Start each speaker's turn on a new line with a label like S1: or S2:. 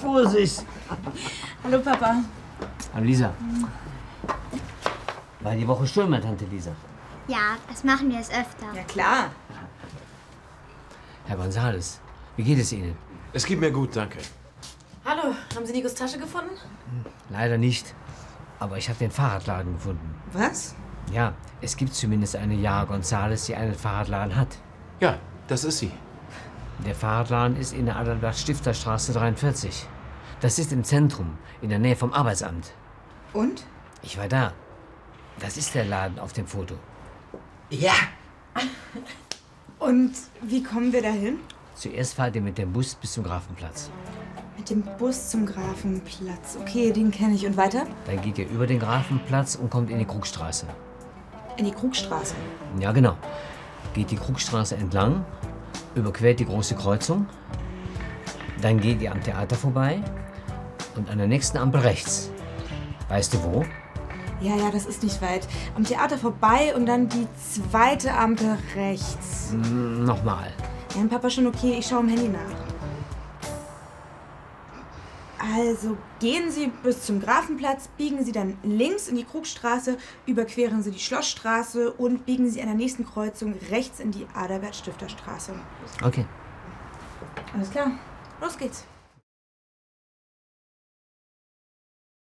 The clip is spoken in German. S1: Vorsicht.
S2: Hallo Papa.
S1: Hallo Lisa. War die Woche schön, meine Tante Lisa.
S3: Ja, das machen wir es öfter.
S2: Ja klar.
S1: Herr Gonzales, wie geht es Ihnen?
S4: Es geht mir gut, danke.
S5: Hallo, haben Sie Nikos Tasche gefunden?
S1: Leider nicht. Aber ich habe den Fahrradladen gefunden.
S2: Was?
S1: Ja, es gibt zumindest eine Jara Gonzales, die einen Fahrradladen hat.
S4: Ja, das ist sie.
S1: Der Fahrradladen ist in der Adalbert Stifterstraße 43. Das ist im Zentrum, in der Nähe vom Arbeitsamt.
S2: Und?
S1: Ich war da. Das ist der Laden auf dem Foto.
S4: Ja.
S2: Und wie kommen wir dahin?
S1: Zuerst fahrt ihr mit dem Bus bis zum Grafenplatz.
S2: Mit dem Bus zum Grafenplatz. Okay, den kenne ich. Und weiter?
S1: Dann geht ihr über den Grafenplatz und kommt in die Krugstraße.
S2: In die Krugstraße.
S1: Ja, genau. Geht die Krugstraße entlang, überquert die große Kreuzung, dann geht ihr am Theater vorbei und an der nächsten Ampel rechts. Weißt du wo?
S2: Ja, ja, das ist nicht weit. Am Theater vorbei und dann die zweite Ampel rechts.
S1: Hm, Nochmal.
S2: Ja, Papa schon okay, ich schaue im Handy nach. Also gehen Sie bis zum Grafenplatz, biegen Sie dann links in die Krugstraße, überqueren Sie die Schlossstraße und biegen Sie an der nächsten Kreuzung rechts in die Adalbert-Stifter-Straße.
S1: Okay.
S2: Alles klar, los geht's.